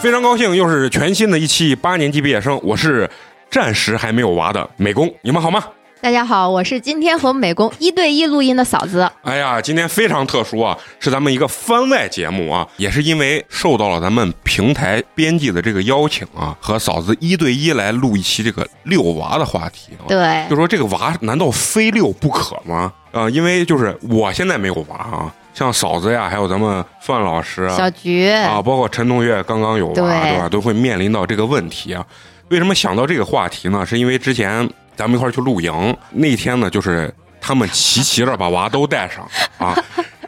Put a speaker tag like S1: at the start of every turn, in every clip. S1: 非常高兴，又是全新的一期八年级毕业生，我是暂时还没有娃的美工，你们好吗？
S2: 大家好，我是今天和美工一对一录音的嫂子。
S1: 哎呀，今天非常特殊啊，是咱们一个番外节目啊，也是因为受到了咱们平台编辑的这个邀请啊，和嫂子一对一来录一期这个遛娃的话题、啊。
S2: 对
S1: 就，说这个娃难道非遛不可吗？呃，因为就是我现在没有娃啊，像嫂子呀，还有咱们范老师啊，
S2: 小菊，
S1: 啊，包括陈同学刚刚有娃，
S2: 对
S1: 对吧？都会面临到这个问题啊。为什么想到这个话题呢？是因为之前咱们一块儿去露营那天呢，就是他们齐齐着把娃都带上啊。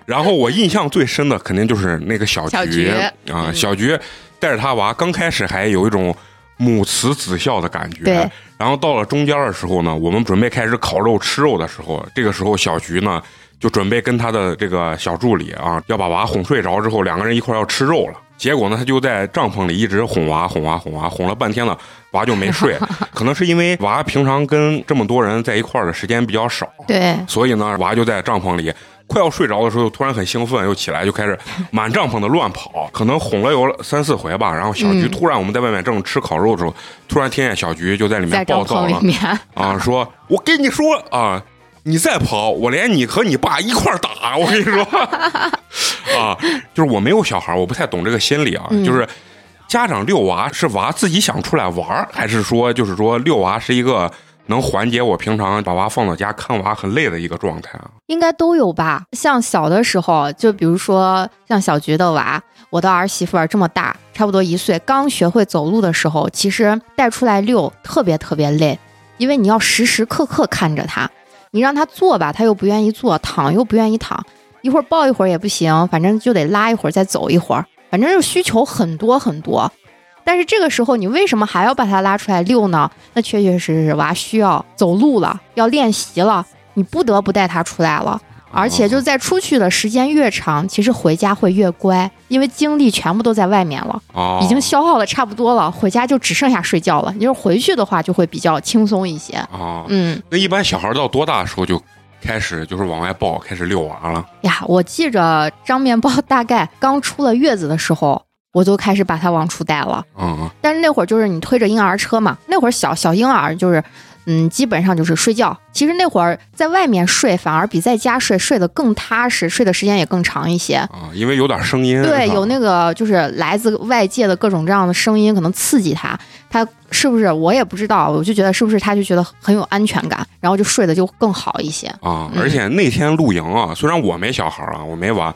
S1: 然后我印象最深的肯定就是那个小菊
S2: 小菊嗯
S1: 啊，小菊带着他娃，刚开始还有一种母慈子孝的感觉，
S2: 对
S1: 然后到了中间的时候呢，我们准备开始烤肉吃肉的时候，这个时候小菊呢就准备跟她的这个小助理啊，要把娃哄睡着之后，两个人一块儿要吃肉了。结果呢，她就在帐篷里一直哄娃，哄娃，哄娃，哄了半天了，娃就没睡。可能是因为娃平常跟这么多人在一块儿的时间比较少，
S2: 对，
S1: 所以呢，娃就在帐篷里快要睡着的时候，突然很兴奋，又起来就开 始满帐篷的乱跑，可能哄了有三四回吧。然后小菊
S2: 嗯
S1: 突然，我们在外面正吃烤肉的时候，突然听见小菊就在里面
S2: 在
S1: 暴
S2: 帐
S1: 躁
S2: 篷
S1: 了
S2: 里面，
S1: 啊，说我跟你说啊，你再跑，我连你和你爸一块儿打。我跟你说 啊，就是我没有小孩儿，我不太懂这个心理啊，
S2: 嗯
S1: 就是。家长遛娃是娃自己想出来玩儿，还是说就是说遛娃是一个能缓解我平常把娃放到家看娃很累的一个状态啊？
S2: 应该都有吧。像小的时候，就比如说像小菊的娃，我的儿媳妇儿这么大，差不多一岁，刚学会走路的时候，其实带出来遛特别特别累，因为你要时时刻刻看着她，你让她坐吧，她又不愿意坐，躺又不愿意躺，一会儿抱一会儿也不行，反正就得拉一会儿再走一会儿，反正就需求很多很多。但是这个时候，你为什么还要把她拉出来遛呢？那确确实实娃需要走路了，要练习了，你不得不带他出来了。而且就在出去的时间越长，其实回家会越乖，因为精力全部都在外面了，
S1: 哦，
S2: 已经消耗的差不多了，回家就只剩下睡觉了。你就是回去的话，就会比较轻松一些。
S1: 哦。
S2: 嗯
S1: 那一般小孩到多大的时候就开始就是往外抱，开始遛娃了？
S2: 呀，我记着张面包大概刚出了月子的时候，我就开始把他往出带了。
S1: 嗯
S2: 但是那会儿就是你推着婴儿车嘛，那会儿小小婴儿就是，嗯，基本上就是睡觉。其实那会儿在外面睡反而比在家睡睡得更踏实，睡的时间也更长一些。
S1: 啊，因为有点声音，
S2: 对，
S1: 是吧
S2: 有那个就是来自外界的各种这样的声音，可能刺激他，他是不是我也不知道，我就觉得是不是他就觉得很有安全感，然后就睡得就更好一些。
S1: 啊，
S2: 嗯
S1: 而且那天露营啊，虽然我没小孩啊，我没娃，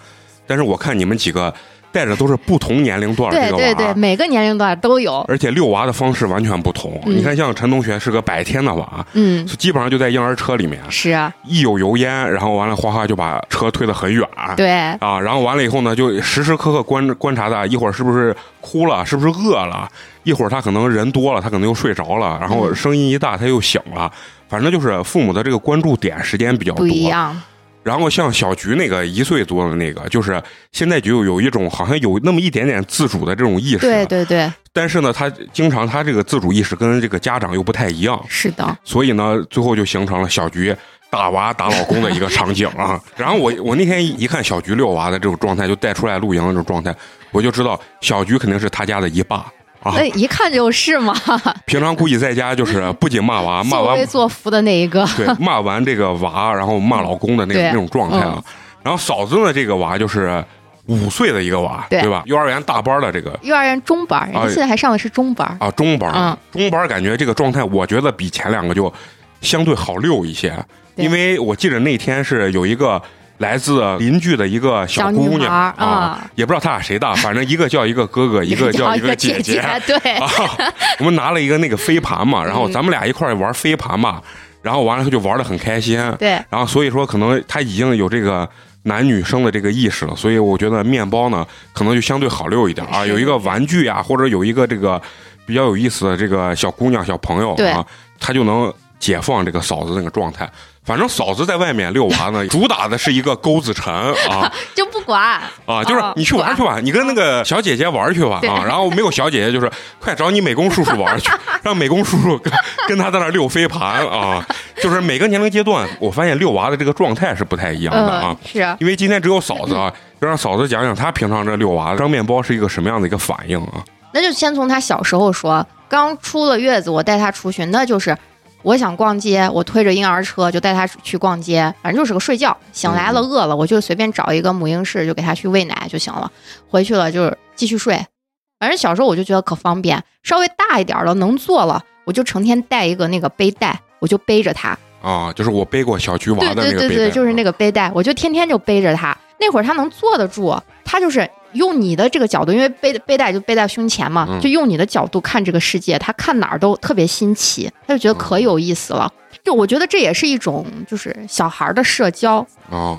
S1: 但是我看你们几个带着都是不同年龄段儿
S2: 对
S1: 这个娃，啊
S2: 对对，每个年龄段都有。
S1: 而且遛娃的方式完全不同。
S2: 嗯
S1: 你看，像陈同学是个白天的娃，
S2: 嗯，
S1: 基本上就在婴儿车里面，
S2: 是啊
S1: 一有油烟，然后完了哗哗就把车推得很远，
S2: 对
S1: 啊，然后完了以后呢，就时时刻刻观观察他，一会儿是不是哭了，是不是饿了，一会儿他可能人多了，他可能又睡着了，然后
S2: 嗯
S1: 声音一大他又醒了，反正就是父母的这个关注点时间比较
S2: 不
S1: 多。
S2: 一样。
S1: 然后像小菊那个一岁多的那个，就是现在就有一种好像有那么一点点自主的这种意识，
S2: 对对对，
S1: 但是呢，他经常他这个自主意识跟这个家长又不太一样，
S2: 是的。
S1: 所以呢，最后就形成了小菊打娃打老公的一个场景啊。 然后我我那天一看小菊遛娃的这种状态，就带出来露营的这种状态，我就知道小菊肯定是他家的一霸啊。
S2: 那哎一看就是嘛，
S1: 平常估计在家就是不仅骂娃，啊骂
S2: 作
S1: 完
S2: 威作福的那一个。
S1: 对骂完这个娃，然后骂老公的那
S2: 对嗯
S1: 那种状态啊。然后嫂子呢，这个娃就是五岁的一个娃，
S2: 对
S1: 对吧？幼儿园大班的这个。
S2: 幼儿园中班儿，人
S1: 哎
S2: 家现在还上的是中班儿。
S1: 啊，中班，
S2: 嗯
S1: 中班感觉这个状态，我觉得比前两个就相对好溜一些，
S2: 对
S1: 因为我记得那天是有一个。来自邻居的一个小
S2: 小
S1: 姑
S2: 女
S1: 娘
S2: 孩儿
S1: 啊
S2: 嗯，
S1: 也不知道她俩谁大，反正一个叫一个哥哥， 一个叫
S2: 叫
S1: 一个
S2: 姐
S1: 姐
S2: 对，
S1: 啊。我们拿了一个那个飞盘嘛，然后咱们俩一块儿玩飞盘嘛，然后完了就玩的很开心。
S2: 对，
S1: 然后所以说可能他已经有这个男女生的这个意识了，所以我觉得面包呢可能就相对好溜一点啊，
S2: 是
S1: 有一个玩具啊，或者有一个这个比较有意思的这个小姑娘小朋友
S2: 对
S1: 啊，他就能解放这个嫂子那个状态。反正嫂子在外面遛娃 呢，主打的是一个钩子沉啊
S2: 就不管。
S1: 啊，就是
S2: 哦
S1: 你去玩去吧，你跟那个小姐姐玩去吧
S2: 对
S1: 啊。然后没有小姐姐， 就是快找你美工叔叔玩去，让美工叔叔 跟跟他在那儿遛飞盘啊。就是每个年龄阶段，我发现遛娃的这个状态是不太一样的啊
S2: 嗯，。是
S1: 因为今天只有嫂子啊，就让嫂子讲讲她平常这遛娃，张面包是一个什么样的一个反应啊？
S2: 那就先从他小时候说，刚出了月子，我带他出去，那就是我想逛街，我推着婴儿车就带他去逛街，反正就是个睡觉，醒来
S1: 嗯
S2: 了饿了，我就随便找一个母婴室就给他去喂奶就行了，回去了就是继续睡。反正小时候我就觉得可方便，稍微大一点了能坐了，我就成天带一个那个背带，我就背着他，
S1: 啊，就是我背过小橘娃
S2: 对
S1: 的那
S2: 对
S1: 个背
S2: 对
S1: 带，嗯
S2: 对，就是那
S1: 个
S2: 个背带，我就天天就背着它。那会儿它能坐得住，它就是用你的这个角度，因为背背带就背在胸前嘛，
S1: 嗯
S2: 就用你的角度看这个世界，它看哪儿都特别新奇，它就
S1: 嗯
S2: 觉得可有意思了。就我觉得这也是一种就是小孩儿的社交。
S1: 啊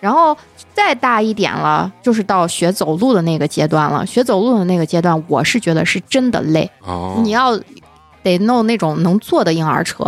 S2: 然后再大一点了，就是到学走路的那个阶段了。学走路的那个阶段，我是觉得是真的累，
S1: 啊啊！
S2: 你要得弄那种能坐的婴儿车，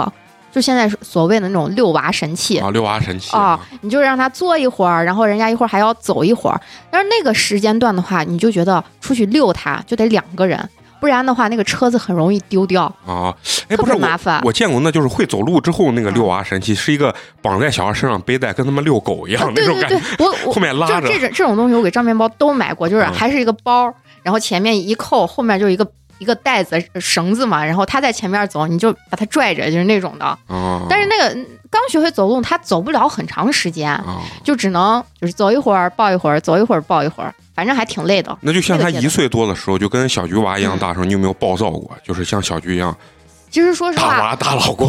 S2: 就现在所谓的那种遛娃神器，
S1: 啊，六娃神器
S2: 啊，你就让他坐一会儿，然后人家一会儿还要走一会儿。但是那个时间段的话，你就觉得出去遛它就得两个人，不然的话那个车子很容易丢掉，
S1: 啊！哎，
S2: 特
S1: 不是
S2: 别
S1: 我
S2: 麻，烦。嗯
S1: 我见过那就是会走路之后那个六娃神器，是一个绑在小孩身上背带，跟他妈遛狗一
S2: 啊
S1: 样那
S2: 对
S1: 种
S2: 对
S1: 感
S2: 对
S1: 觉，，
S2: 我我
S1: 后面
S2: 就
S1: 拉着
S2: 这种这种东西，我给张面包都买过，就是
S1: 嗯
S2: 还是一个包，然后前面一扣，后面就一个一个带子绳子嘛，然后他在前面走，你就把他拽着，就是那种的。
S1: 啊。
S2: 但是那个刚学会走路，他走不了很长时间，
S1: 啊，
S2: 就只能就是走一会儿抱一会儿，走一会儿抱一会儿，反正还挺累的。
S1: 那就像
S2: 那
S1: 他
S2: 个阶
S1: 一
S2: 段
S1: 岁多的时候，就跟小菊娃一样
S2: 嗯
S1: 大的时候，你有没有暴躁过？就是像小菊一样
S2: 其实说实
S1: 大
S2: 话，
S1: 娃大老 公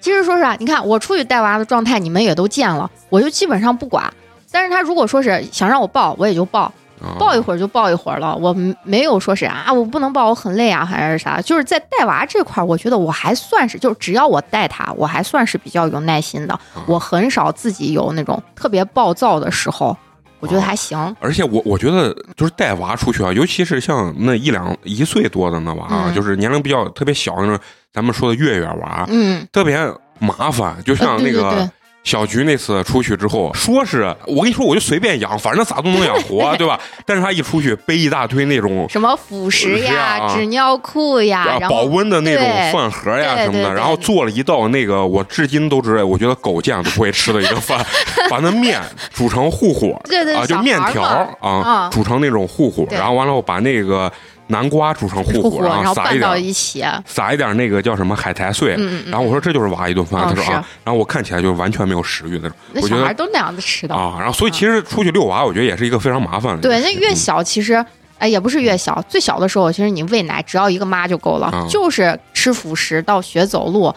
S2: 其实说实话，你看我出去带娃的状态，你们也都见了，我就基本上不管。但是他如果说是想让我抱，我也就抱，
S1: 啊
S2: 抱一会儿就抱一会儿了，我没没有说是啊，我不能抱，我很累啊，还是啥？就是在带娃这块儿，我觉得我还算是，就是只要我带他，我还算是比较有耐心的，
S1: 嗯
S2: 我很少自己有那种特别暴躁的时候，我
S1: 哦
S2: 觉得还行。
S1: 而且我我觉得就是带娃出去啊，尤其是像那一两一岁多的那娃啊，
S2: 嗯
S1: 就是年龄比较特别小那种，咱们说的月月娃，
S2: 嗯，
S1: 特别麻烦。就像
S2: 呃
S1: 那
S2: 对对
S1: 个
S2: 对
S1: 小菊那次出去之后，说是我跟你说，我就随便养，反正咋都能养 活，对吧？但是他一出去背一大堆那种
S2: 什么辅食
S1: 是啊
S2: 呀、纸尿裤呀
S1: 啊，
S2: 然
S1: 保
S2: 后
S1: 温的那种
S2: 对
S1: 饭盒呀
S2: 对
S1: 什么
S2: 对
S1: 的，
S2: 对
S1: 然后做了一道那个我至今都知道，我觉得狗见了都不会吃的一个 饭，把那面煮成糊糊，
S2: 对对
S1: 啊，就
S2: 小孩
S1: 面
S2: 儿
S1: 条
S2: 嘛
S1: 啊
S2: 嗯，
S1: 煮成那种糊糊，
S2: 对
S1: 然后完了我把那个南瓜煮成糊糊，
S2: 然
S1: 后
S2: 后
S1: 撒一
S2: 拌到一
S1: 点
S2: 起，
S1: 撒一点那个叫什么海苔碎，
S2: 嗯嗯嗯
S1: 然后我说这就是娃一顿饭，
S2: 哦
S1: 他说啊
S2: 是，
S1: 然后我看起来就完全没有食欲那种，
S2: 那
S1: 我觉
S2: 小
S1: 得
S2: 孩都那样子吃的。
S1: 啊，然后所以其实出去遛娃，我觉得也是一个非常麻烦的
S2: 对，
S1: 事情。嗯
S2: 那越小其实，哎，也不是越小，最小的时候，其实你喂奶只要一个妈就够了，
S1: 嗯
S2: 就是吃辅食到学走路，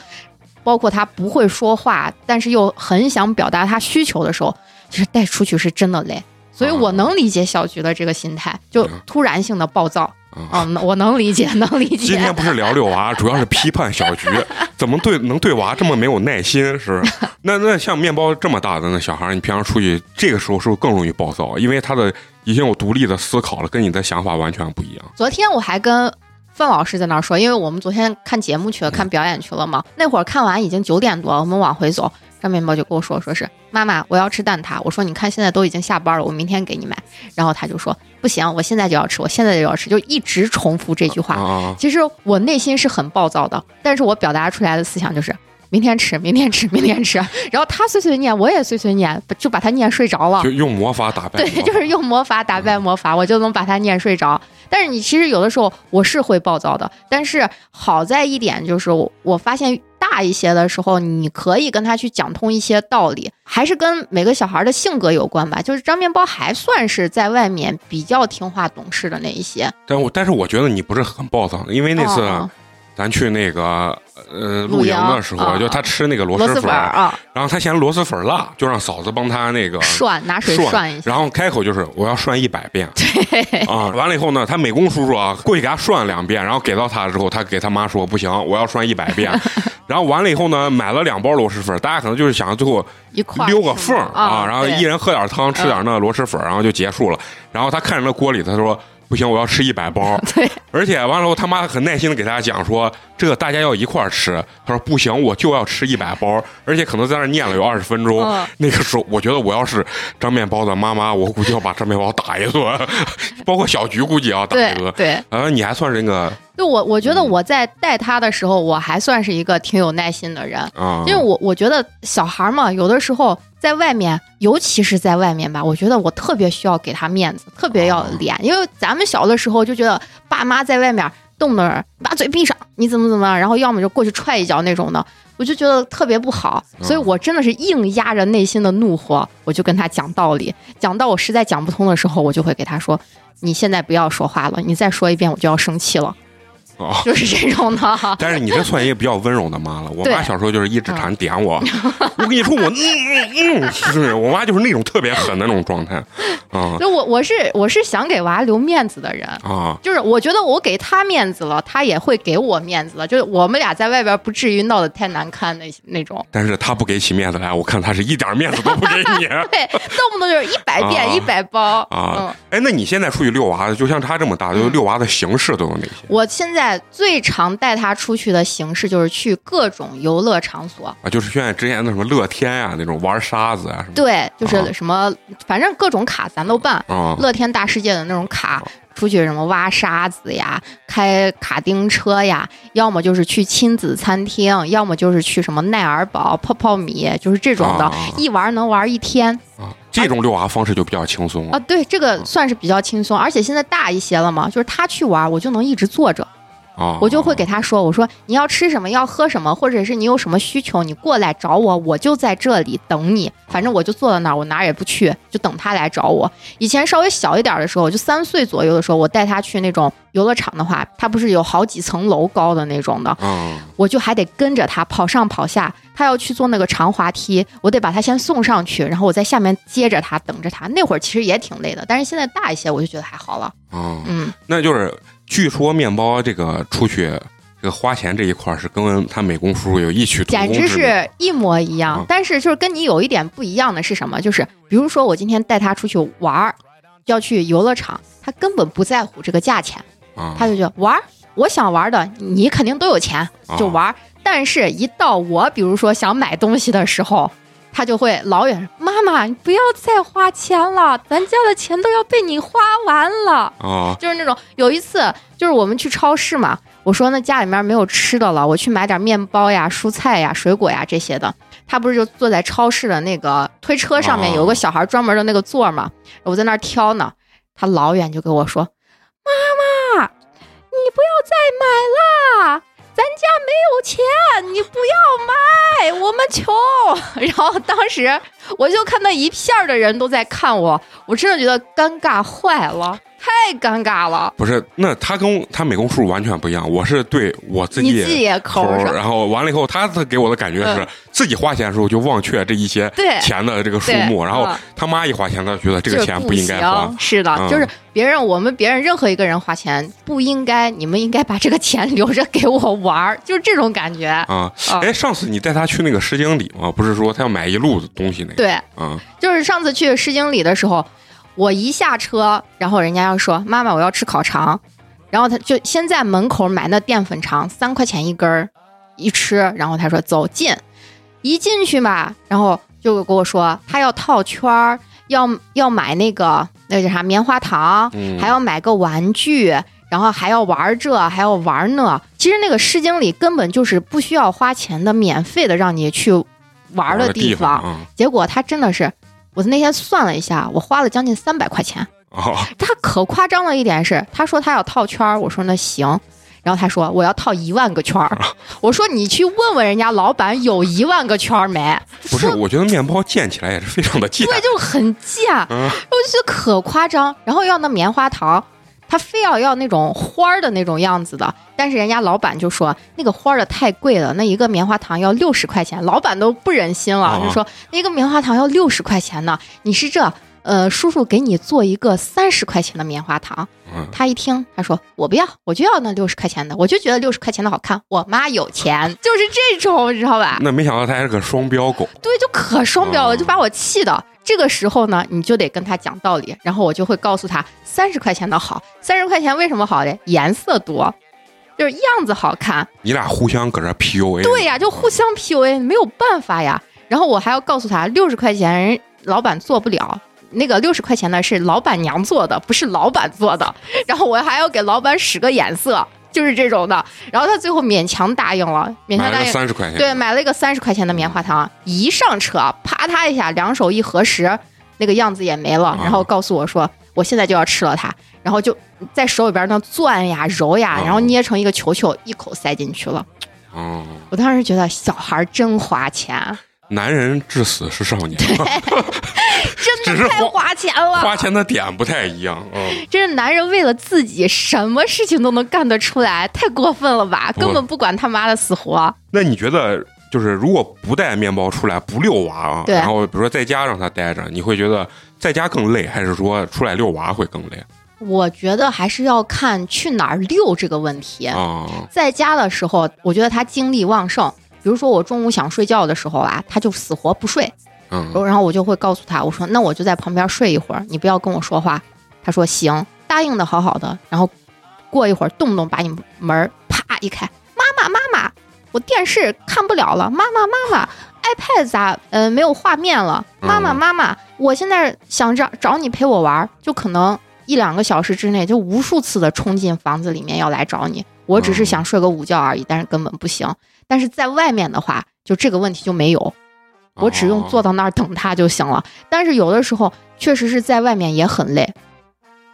S2: 包括他不会说话，但是又很想表达他需求的时候，其实带出去是真的累。所以我能理解小菊的这个心态，就
S1: 嗯
S2: 突然性的暴躁，
S1: 嗯
S2: 嗯，我能理解，能理
S1: 今天
S2: 解。
S1: 不是聊遛娃，主要是批判小 菊怎么对能对娃这么没有耐心，是不是？那那像面包这么大的那小孩儿，你平常出去这个时候是不是更容易暴躁？啊因为他的已经有独立的思考了，跟你的想法完全不一样。
S2: 昨天我还跟范老师在那儿说，因为我们昨天看节目去了，看表演去了嘛，那会儿看完已经九点多了，我们往回走，张面包就跟我说，说是妈妈，我要吃蛋挞。我说你看现在都已经下班了，我明天给你买。然后他就说不行，我现在就要吃，我现在就要吃，就一直重复这句话。
S1: 啊，
S2: 其实我内心是很暴躁的，但是我表达出来的思想就是明天吃，明天吃，明天吃。 然后他碎碎念，我也碎碎念，就把他念睡着了
S1: 就。用魔法打败魔法。
S2: 啊对，就是用魔法打败魔法，我就能把它念睡着。但是你其实有的时候我是会暴躁的，但是好在一点就是我我发现大一些的时候，你可以跟他去讲通一些道理，还是跟每个小孩的性格有关吧。就是张面包还算是在外面比较听话懂事的那一些。
S1: 但我但是我觉得你不是很暴躁，因为那次啊
S2: 哦
S1: 咱去那个呃露
S2: 露
S1: 营
S2: 营
S1: 的时候，
S2: 啊
S1: 就他吃那个螺蛳
S2: 蛳
S1: 粉
S2: 粉
S1: 儿，
S2: 儿啊，
S1: 然后他嫌螺蛳粉儿辣，就让嫂子帮他那个
S2: 涮拿水涮一下，
S1: 然后开口就是我要涮一百遍，啊，完了以后呢，他美工叔叔啊过去给他涮两遍，然后给到他之后，他给他妈说不行，我要涮一百 遍，然后完了以后呢，买了两包螺蛳粉，大家可能就是想最后
S2: 一块儿
S1: 溜个
S2: 是
S1: 缝
S2: 吗
S1: 儿啊，然后
S2: 对嗯
S1: 一人喝点汤，吃点那螺蛳粉，然后就结束了。然后他看着那锅里，他说。不行，我要吃一百包。
S2: 对，
S1: 而且完了后，他妈很耐心的给大家讲说，这个大家要一块儿吃。他说不行，我就要吃一百包，而且可能在那儿念了有二十分钟。
S2: 嗯
S1: 那个时候，我觉得我要是张面包的妈妈，我估计要把张面包打一顿， 包括小菊估计也要打一嗯
S2: 对
S1: 顿。
S2: 对。
S1: 呃，你还算是那个
S2: 对我，我觉得我在带他的时候，我还算是一个挺有耐心的人，
S1: 啊，
S2: 因为我我觉得小孩嘛，有的时候。在外面，尤其是在外面吧，我觉得我特别需要给他面子，特别要脸，因为咱们小的时候就觉得爸妈在外面动不动把嘴闭上，你怎么怎么样，然后要么就过去踹一脚那种的，我就觉得特别不好，所以我真的是硬压着内心的怒火，我就跟他讲道理，讲到我实在讲不通的时候，我就会给他说。你现在不要说话了，你再说一遍我就要生气了，
S1: 啊。
S2: 就是这种的。
S1: 但是你这算一个比较温柔的妈了。我
S2: 对嗯
S1: 妈小时候就是一指禅点我， 我跟你说我嗯嗯嗯，就是我妈就是那种特别狠的那种状态，啊
S2: 就我我是我是想给娃留面子的人，
S1: 啊
S2: 就是我觉得我给他面子了，他也会给我面子了，就是我们俩在外边不至于闹得太难看那那种。
S1: 但是她不给起面子来，我看她是一点面子都不给你
S2: 对，动不动就是一百
S1: 啊
S2: 遍一百包。
S1: 啊
S2: 嗯，。
S1: 哎，那你现在出去遛娃，就像她这么大，就遛娃的形式都有哪些
S2: 我现在最常带他出去的形式就是去各种游乐场所，
S1: 啊？就是现在之前的什么乐天啊，那种玩沙子啊什么的
S2: 对，就
S1: 啊
S2: 是什么，反正各种卡咱都办，
S1: 啊
S2: 乐天大世界的那种卡，出去什么挖沙子呀、开卡丁车呀，要么就是去亲子餐厅，要么就是去什么奈尔堡泡泡米，就是这种的，
S1: 啊
S2: 一玩能玩一天
S1: 啊，这种遛娃方式就比较轻松
S2: 哎啊。
S1: 了
S2: 对，这个算是比较轻松，而且现在大一些了嘛，就是他去玩，我就能一直坐着，
S1: 啊。
S2: 我就会给他说，我说你要吃什么，要喝什么，或者是你有什么需求，你过来找我，我就在这里等你。反正我就坐在那儿，我哪儿也不去，就等他来找我。以前稍微小一点的时候，就三岁左右的时候，我带他去那种游乐场的话，他不是有好几层楼高的那种的，
S1: 嗯
S2: 我就还得跟着他跑上跑下。他要去坐那个长滑梯，我得把他先送上去，然后我在下面接着他，等着他。那会儿其实也挺累的，但是现在大一些，我就觉得还好了。
S1: 嗯。
S2: 嗯，
S1: 那就是据说面包啊这个出去这个花钱这一块儿是跟他美工叔叔有异曲同
S2: 简
S1: 工
S2: 直
S1: 之妙。
S2: 是一模一样
S1: 嗯。
S2: 但是就是跟你有一点不一样的是什么？就是比如说我今天带他出去玩儿，要去游乐场，他根本不在乎这个价钱，
S1: 啊，
S2: 他就觉得玩儿，我想玩儿的，你肯定都有钱，
S1: 啊
S2: 就玩儿。但是，一到我比如说想买东西的时候。他就会老远，妈妈，你不要再花钱了，咱家的钱都要被你花完了。
S1: 啊
S2: 就是那种有一次，就是我们去超市嘛，我说那家里面没有吃的了，我去买点面包呀、蔬菜呀、水果呀这些的。他不是就坐在超市的那个推车上面
S1: 哦
S2: 有个小孩专门的那个座嘛，我在那儿挑呢，他老远就跟我说：“妈妈，你不要再买啦。”咱家没有钱，你不要买，我们穷。然后当时我就看那一片儿的人都在看我，我真的觉得尴尬坏了，太尴尬了。
S1: 不是，那他跟他美工叔叔完全不一样。我是对我自
S2: 你自己
S1: 己
S2: 也抠
S1: 儿
S2: 是吧？
S1: 然后完了以后，他他给我的感觉是
S2: 嗯
S1: 自己花钱的时候就忘却这一些
S2: 对
S1: 钱的这个数
S2: 对
S1: 目，然后
S2: 嗯
S1: 他妈一花钱，他觉得这
S2: 就
S1: 个
S2: 是
S1: 钱
S2: 不
S1: 应该花
S2: 行。是的，
S1: 嗯
S2: 就是别人我们别人任何一个人花钱不应该，你们应该把这个钱留着给我玩儿，就是这种感觉。
S1: 啊。
S2: 嗯
S1: 哎，上次你带他去那个诗经里嘛，不是说他要买一路子东西那个？
S2: 对，
S1: 啊
S2: 就是上次去市经理的时候，我一下车，然后人家要说妈妈我要吃烤肠，然后他就先在门口买那淀粉肠，三块钱一根儿，一吃，然后他说走进，一进去吧，然后就跟我说他要套圈儿，要要买那个那个叫啥棉花糖，
S1: 嗯
S2: 还要买个玩具。然后还要玩这，还要玩那。其实那个市经理根本就是不需要花钱的，免费的让你去玩的地方。
S1: 啊
S2: 结果他真的是，我那天算了一下，我花了将近三百块钱。
S1: 啊
S2: 他可夸张的一点是，他说他要套圈儿，我说那行。然后他说我要套一万个圈
S1: 啊
S2: 儿，我说你去问问人家老板有一万个圈儿没？
S1: 不是，
S2: 说
S1: 我觉得面包溅起来也是非常的溅。
S2: 对，就很贱，
S1: 嗯
S2: 我就觉得可夸张。然后要那棉花糖，他非要要那种花儿的那种样子的，但是人家老板就说那个花儿的太贵了，那一个棉花糖要六十块钱，老板都不忍心了，
S1: 哦
S2: 就说那个棉花糖要六十块钱呢，你是这。呃，叔叔给你做一个三十块钱的棉花糖，
S1: 嗯
S2: 他一听，他说我不要，我就要那六十块钱的，我就觉得六十块钱的好看，我妈有钱，就是这种，你知道吧？
S1: 那没想到他还是个双标狗
S2: 对，就可双
S1: 哦
S2: 标了，就把我气的。这个时候呢，你就得跟他讲道理，然后我就会告诉他，三十块钱的好，三十块钱为什么好嘞？颜色多，就是样子好看。
S1: 你俩互相搁这 PUA。
S2: 对呀、就互相 PUA，没有办法呀。然后我还要告诉他，六十块钱人老板做不了。那个六十块钱的是老板娘做的，不是老板做的。然后我还要给老板使个眼色，就是这种的。然后他最后勉强答应了，勉强
S1: 买
S2: 答
S1: 了
S2: 应，
S1: 三十块钱，
S2: 对，买了一个三十块钱的棉花糖，一上车，啪嗒一下，两手一合十，那个样子也没了
S1: 啊，
S2: 然后告诉我说，我现在就要吃了它，然后就在手里边那攥呀、揉呀
S1: 啊，
S2: 然后捏成一个球球，一口塞进去了。
S1: 嗯，
S2: 我当时觉得小孩真 花钱，啊
S1: 男人至死是少年，只
S2: 真
S1: 是
S2: 的太
S1: 花
S2: 花钱了，
S1: 花钱的点不太一样，嗯，
S2: 这是男人为了自己什么事情都能干得出来，太过分了吧？
S1: 我
S2: 根本不管他妈的死活。
S1: 那你觉得？就是如果不带面包出来不遛娃啊，
S2: 对
S1: 然后比如说在家让他待着，你会觉得在家更累，还是说出来遛娃会更累
S2: 我觉得还是要看去哪儿溜这个问题。
S1: 啊？
S2: 在家的时候，我觉得他精力旺盛。比如说我中午想睡觉的时候啊，他就死活不睡，
S1: 嗯，
S2: 然后我就会告诉他，我说那我就在旁边睡一会儿，你不要跟我说话。他说行，答应的好好的。然后过一会儿，动不动把你门儿啪一开，妈妈妈妈，我电视看不了了，妈妈妈妈，iPad 咋呃没有画面了？妈妈
S1: 嗯
S2: 妈妈，我现在想着找你陪我玩儿，就可能一两个小时之内，就无数次的冲进房子里面要来找你。我只是
S1: 嗯
S2: 想睡个午觉而已，但是根本不行。但是在外面的话，就这个问题就没有。我只用坐
S1: 到
S2: 到那儿等他就行了。但是有的时候确实是在外面也很累，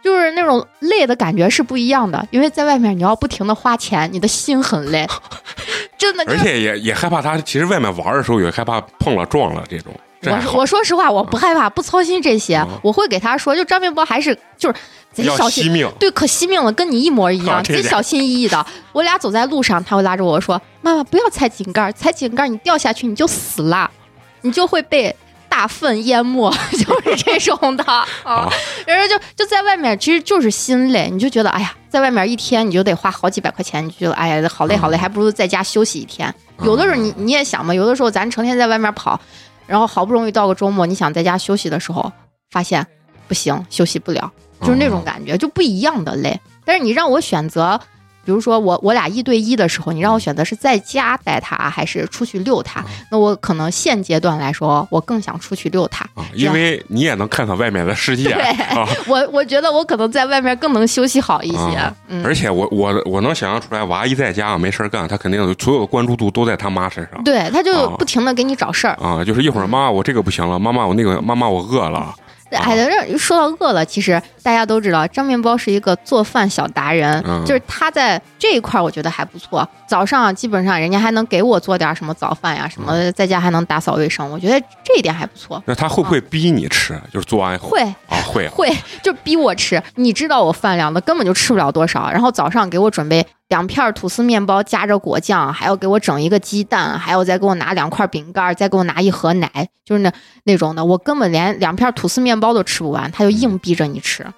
S2: 就是那种累的感觉是不一样的，因为在外面你要不停的花钱，你的心很 累，真的。就
S1: 而
S2: 是
S1: 且也也害怕他，其实外面玩的时候也害怕碰了撞了这种。这还
S2: 我
S1: 好嗯
S2: 我说实话，我不害怕，不操心这些
S1: 啊，
S2: 我会给他说，就张面包还是就是贼
S1: 要
S2: 小
S1: 惜
S2: 心，
S1: 命，
S2: 对，可惜命了，跟你一模一
S1: 啊
S2: 样，
S1: 这
S2: 贼
S1: 点
S2: 小心翼翼的。我俩走在路上，他会拉着我说：“妈妈，不要踩井盖儿，踩井盖儿你掉下去你就死了，你就会被大粪淹没， 就是这 种的啊
S1: 啊。”
S2: 然后就就在外面，其实就是心累，你就觉得哎呀，在外面一天你就得花好几百块钱，你就觉得哎呀好累好
S1: 嗯
S2: 累，还不如在家休息一天。有的时候你你也想嘛，有的时候咱成天在外面跑，然后好不容易到个周末，你想在家休息的时候，发现不行，休息不了，就是那种感觉，就不一样的累。但是你让我选择，比如说我我俩一对一的时候，你让我选择是在家带他还是出去遛他，那我可能现阶段来说，我更想出去遛他。
S1: 啊，因为你也能看看外面的世界
S2: 对
S1: 啊。
S2: 我我觉得我可能在外面更能休息好一些
S1: 啊，
S2: 嗯。
S1: 而且我我我能想象出来，娃一在家没事儿干，他肯定所有的关注度都在他妈身上
S2: 对，他就
S1: 啊
S2: 不停的给你找事儿。
S1: 啊。就是一会儿妈，我这个不行了，妈妈我那个，妈妈我饿了，啊
S2: 哎，这说到饿了，其实大家都知道，张面包是一个做饭小达人，
S1: 嗯
S2: 就是他在这一块儿我觉得还不错。早上、基本上人家还能给我做点什么早饭呀，什么在家还能打扫卫生，我觉得这一点还不错。
S1: 那他会不会逼你吃？就是做完以后
S2: 嗯会
S1: 啊会啊
S2: 会就逼我吃，你知道我饭量的，根本就吃不了多少。然后早上给我准备两片吐司面包，夹着果酱，还要给我整一个鸡蛋，还要再给我拿两块饼干，再给我拿一盒奶，就是那那种的。我根本连两片吐司面包都吃不完，他就硬逼着你吃，
S1: 啊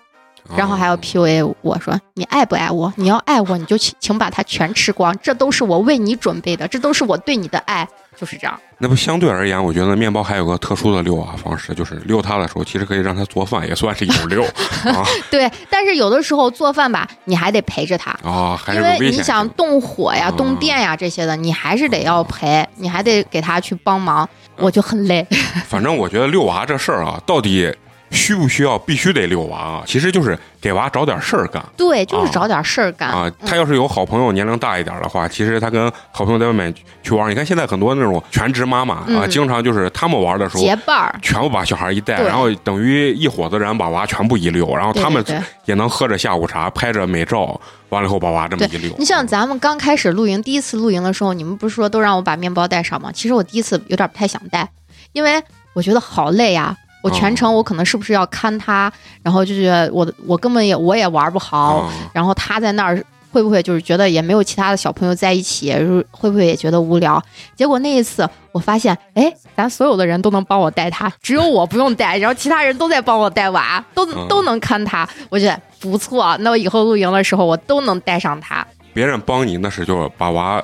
S2: 然后还
S1: 哦
S2: 要 PUA 我说你爱不爱我？你要爱我，你就请请把它全吃光，这都是我为你准备的，这都是我对你的爱，就是这样。
S1: 那不相对而言，我觉得面包还有个特殊的遛娃方式，就是遛它的时候，其实可以让它做饭，也算是一种 遛啊
S2: 对，但是有的时候做饭吧，你还得陪着他。
S1: 啊，还是
S2: 因
S1: 有
S2: 为
S1: 危
S2: 你
S1: 险
S2: 想
S1: 性哦
S2: 动火呀、
S1: 嗯
S2: 动电呀这些的，你还是得要陪，你还得给他去帮忙，
S1: 嗯
S2: 我就很累。
S1: 反正我觉得遛娃这事儿啊，到底需不需要必须得遛娃啊？其实就是给娃找点事儿干
S2: 对，就是找点事儿干。
S1: 哦啊。他要是有好朋友，年龄大一点的话，其实他跟好朋友在外面去玩儿。你看现在很多那种全职妈妈啊，
S2: 嗯
S1: 经常就是他们玩的时候
S2: 结。伴儿，
S1: 全部把小孩一带，
S2: 对
S1: 然后等于一伙子人把娃全部一溜，然后
S2: 对
S1: 哦他们
S2: 对对
S1: 也能喝着下午茶，拍着美照，完了以后把娃这么一溜。嗯
S2: 你像咱们刚开始露营，第一次露营的时候，你们不是说都让我把面包带上吗？其实我第一次有点不太想带，因为我觉得好累呀。我全程我可能是不是要看他，然后就觉得我我根本也我也玩不好，
S1: 啊，
S2: 然后他在那儿会不会就是觉得也没有其他的小朋友在一起，就是会不会也觉得无聊？结果那一次我发现，哎，咱所有的人都能帮我带他，只有我不用带，然后其他人都在帮我带娃，都
S1: 嗯
S2: 都能看他，我觉得不错。那我以后露营的时候我都能带上他。
S1: 别人帮你那是就是把娃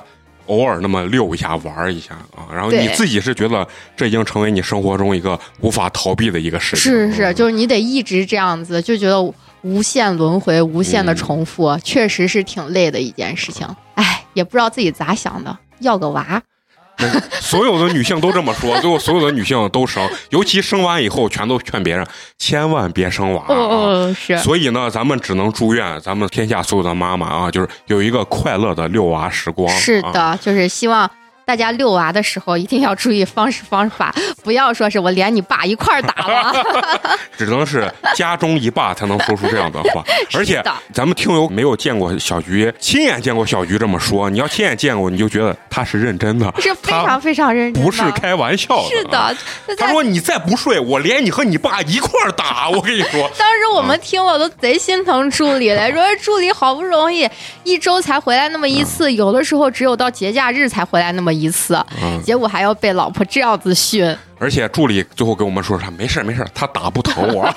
S1: 偶尔那么遛一下玩儿一下啊，然后
S2: 对
S1: 你自己是觉得这已经成为你生活中一个无法逃避的一个事情。
S2: 是是，
S1: 嗯
S2: 就是你得一直这样子，就觉得无限轮回、无限
S1: 嗯
S2: 的重复，
S1: 啊
S2: 确实是挺累的一件事情。哎，也不知道自己咋想的，要个娃。
S1: 那 所有的女性都这么说，最后所有的女性都 生，尤其生完以后，全都劝别人千万别生娃、啊。
S2: 哦哦是，
S1: 所以呢，咱们只能祝愿咱们天下所有的妈妈啊，就是有一个快乐的遛娃时光。
S2: 是的，
S1: 啊
S2: 就是希望大家遛娃的时候一定要注意方式方法，不要说是我连你爸一块儿打 了。
S1: 只能是家中一霸才能说出这样的 话。
S2: 是的
S1: 而且咱们听友没有见过小菊，亲眼见过小菊这么说，你要亲眼见过，你就觉得他是认真的，
S2: 是非
S1: 他
S2: 常非常认真
S1: 不
S2: 的，
S1: 是开玩笑的。
S2: 是
S1: 啊
S2: 的，那
S1: 他
S2: 在，
S1: 说：“你再不睡，我连你和你爸一块儿打！”我跟你说
S2: 当时我们听了都贼心疼助理了，说助理好不容易一周才回来那么一次，有的时候只有到节假日才回来那么一次，
S1: 嗯，
S2: 结果还要被老婆这样子训，
S1: 而且助理最后跟我们说啥？没事儿没事儿，他打不疼 我。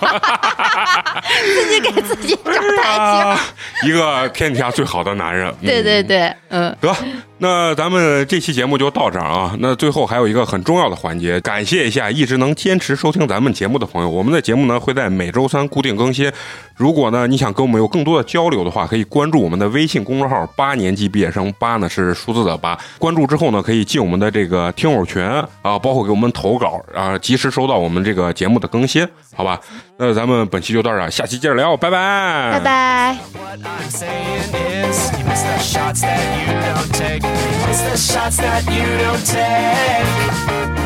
S2: 自己给自己找台阶。
S1: 啊， 一个天底下最好的男人。嗯
S2: 对对对，嗯，
S1: 得，那咱们这期节目就到这儿啊。那最后还有一个很重要的环节，感谢一下一直能坚持收听咱们节目的朋友。我们的节目呢会在每周三固定更新。如果呢你想跟我们有更多的交流的话，可以关注我们的微信公众号“八年级毕业生”，八呢是数字的八。关注之后呢，可以进我们的这个听友群啊，包括给我们投稿啊，及时收到我们这个节目的更新，好吧？那咱们本期就到这儿，下期接着聊，拜拜，
S2: 拜。拜。
S3: What I'm saying is, you miss the shots that you don't take. You miss the shots that you don't take. Oh, Oh, Oh, Oh,